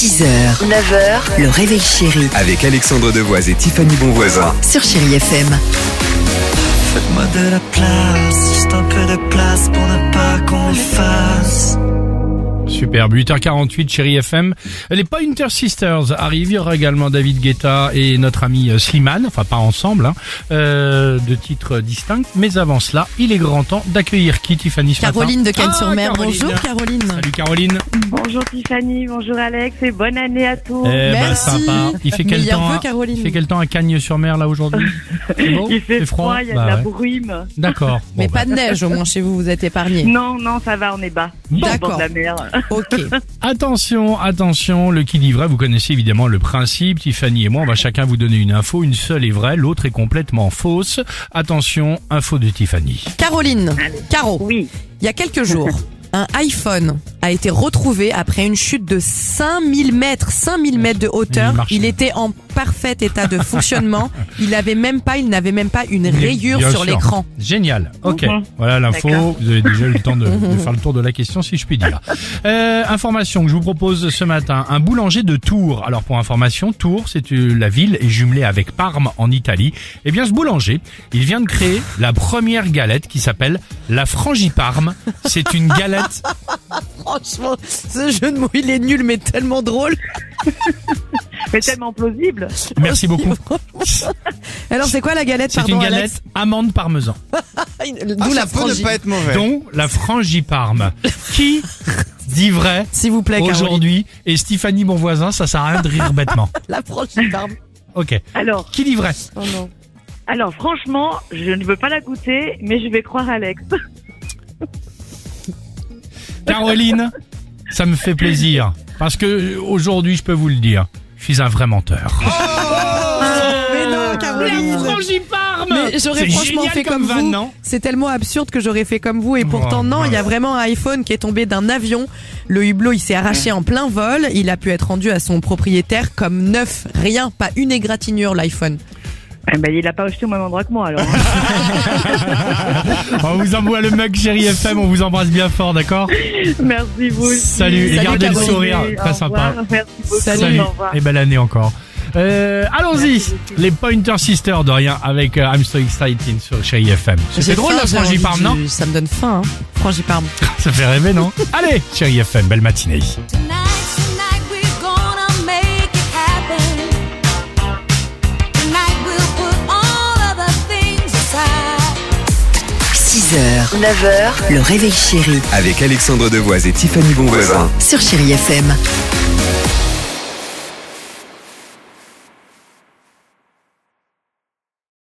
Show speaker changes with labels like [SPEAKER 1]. [SPEAKER 1] 6h, 9h, le réveil chéri
[SPEAKER 2] Avec Alexandre Devoise et Tiffany Bonvoisin.
[SPEAKER 1] sur Chérie FM.
[SPEAKER 3] Faites-moi de la place, juste un peu de place pour ne pas qu'on le fasse.
[SPEAKER 4] Superbe, 8h48, chérie FM. Les Pointer Sisters arrivent, il y aura également David Guetta et notre ami euh, Slimane, enfin pas ensemble, hein, euh, de titres distincts. Mais avant cela, il est grand temps d'accueillir qui, Tiffany, ce matin
[SPEAKER 5] Caroline de
[SPEAKER 4] Ah,
[SPEAKER 5] Cannes-sur-Mer.
[SPEAKER 4] Caroline.
[SPEAKER 5] Bonjour Caroline.
[SPEAKER 4] Salut Caroline.
[SPEAKER 6] Bonjour Tiffany, bonjour Alex et bonne année à tous.
[SPEAKER 4] Eh ben,
[SPEAKER 5] Merci.
[SPEAKER 4] sympa. Il fait quel
[SPEAKER 5] Meilleurs
[SPEAKER 4] temps
[SPEAKER 5] vœux,
[SPEAKER 4] à-
[SPEAKER 5] Caroline.
[SPEAKER 4] Il fait quel temps à Cagnes-sur-Mer là aujourd'hui C'est beau
[SPEAKER 6] Il fait froid, il y a
[SPEAKER 4] Bah
[SPEAKER 6] de la
[SPEAKER 4] ouais.
[SPEAKER 6] brume.
[SPEAKER 4] D'accord.
[SPEAKER 5] Mais
[SPEAKER 4] Bon, bah.
[SPEAKER 5] pas de neige, au moins chez vous, vous êtes épargné.
[SPEAKER 6] Non, non, ça va, on est bas.
[SPEAKER 4] Bon.
[SPEAKER 6] Sur le bord de la mer.
[SPEAKER 5] Ok.
[SPEAKER 4] bah, Attention, attention, le qui dit vrai, vous connaissez évidemment le principe. Tiffany et moi, on va chacun vous donner une info. Une seule est vraie, l'autre est complètement fausse. Attention, info de Tiffany.
[SPEAKER 5] Caroline, Caro,
[SPEAKER 6] Oui,
[SPEAKER 5] il y a quelques jours, un iPhone a été retrouvé après une chute de 5000 mètres, 5000 mètres de hauteur.
[SPEAKER 4] Il marche.
[SPEAKER 5] Il était en parfait état de fonctionnement. Il avait même pas, il n'avait même pas une rayure
[SPEAKER 4] Bien
[SPEAKER 5] sur
[SPEAKER 4] sûr.
[SPEAKER 5] l'écran.
[SPEAKER 4] Génial. Ok.
[SPEAKER 6] Mhm.
[SPEAKER 4] Voilà l'info.
[SPEAKER 6] D'accord.
[SPEAKER 4] Vous avez déjà eu le temps de, de faire le tour de la question, si je puis dire. Euh, information que je vous propose ce matin. Un boulanger de Tours. Alors pour information, Tours, c'est euh, la ville est jumelée avec Parme en Italie. Eh bien, ce boulanger, il vient de créer la première galette qui s'appelle la frangiparme. C'est une galette
[SPEAKER 5] Franchement, ce jeu de mots, il est nul, mais tellement drôle.
[SPEAKER 6] mais tellement plausible.
[SPEAKER 4] Merci beaucoup.
[SPEAKER 5] Alors, c'est quoi la galette,
[SPEAKER 4] C'est
[SPEAKER 5] pardon, Ah,
[SPEAKER 4] une
[SPEAKER 5] Alex
[SPEAKER 4] galette amande parmesan,
[SPEAKER 5] D'où
[SPEAKER 1] Ah,
[SPEAKER 5] la frangie.
[SPEAKER 2] être mauvais.
[SPEAKER 4] dont la frangiparme. Qui dit vrai
[SPEAKER 5] S'il vous plaît, Caroline.
[SPEAKER 4] aujourd'hui Et Stéphanie, mon voisin, ça sert à rien de rire bêtement.
[SPEAKER 5] La frangiparme.
[SPEAKER 4] Ok.
[SPEAKER 6] Alors,
[SPEAKER 4] Qui dit vrai
[SPEAKER 5] Oh non.
[SPEAKER 6] alors franchement, je ne veux pas la goûter, mais je vais croire Alex.
[SPEAKER 4] Caroline, ça me fait plaisir. Parce que euh, aujourd'hui, je peux vous le dire, je suis un vrai menteur.
[SPEAKER 5] Mais non, Caroline.
[SPEAKER 4] frangiparme
[SPEAKER 5] Mais j'aurais
[SPEAKER 4] Euh, C'est
[SPEAKER 5] franchement
[SPEAKER 4] génial
[SPEAKER 5] fait comme,
[SPEAKER 4] vanne, hein.
[SPEAKER 5] vous.
[SPEAKER 4] non
[SPEAKER 5] C'est tellement absurde que j'aurais fait comme vous. Et pourtant,
[SPEAKER 4] Oh,
[SPEAKER 5] non, il y
[SPEAKER 4] voilà.
[SPEAKER 5] a vraiment un iPhone qui est tombé d'un avion. Le hublot, il s'est arraché en plein vol. Il a pu être rendu à son propriétaire comme neuf. Rien, pas une égratignure, l'iPhone.
[SPEAKER 6] Eh ben, il l'a pas acheté au même endroit que moi alors.
[SPEAKER 4] On vous envoie le mug chéri FM, on vous embrasse bien fort, d'accord
[SPEAKER 6] Merci vous. aussi.
[SPEAKER 4] Salut, et
[SPEAKER 5] Salut,
[SPEAKER 4] gardez le
[SPEAKER 5] Caroline.
[SPEAKER 4] sourire,
[SPEAKER 6] Au
[SPEAKER 4] très sympa.
[SPEAKER 6] revoir, Merci beaucoup.
[SPEAKER 5] Salut.
[SPEAKER 4] Salut.
[SPEAKER 6] Au revoir.
[SPEAKER 4] Et belle année encore. Euh, Allons-y,
[SPEAKER 6] Merci beaucoup.
[SPEAKER 4] les Pointer Sisters de rien avec euh, I'm So Excited sur Chérie FM.
[SPEAKER 5] J'ai
[SPEAKER 4] C'est drôle
[SPEAKER 5] faim,
[SPEAKER 4] la
[SPEAKER 5] j'ai
[SPEAKER 4] frangiparme,
[SPEAKER 5] envie
[SPEAKER 4] non
[SPEAKER 5] du- Ça me donne faim, hein. Frangiparme.
[SPEAKER 4] Ça fait rêver, non Allez, Chérie FM, belle matinée.
[SPEAKER 7] Tonight, tonight we're gonna make it happen. Tonight we'll put all other things aside.
[SPEAKER 1] 6h, 9h, le réveil chéri
[SPEAKER 2] Avec Alexandre Devoise et Tiffany Bonvoisin.
[SPEAKER 1] sur Chérie FM.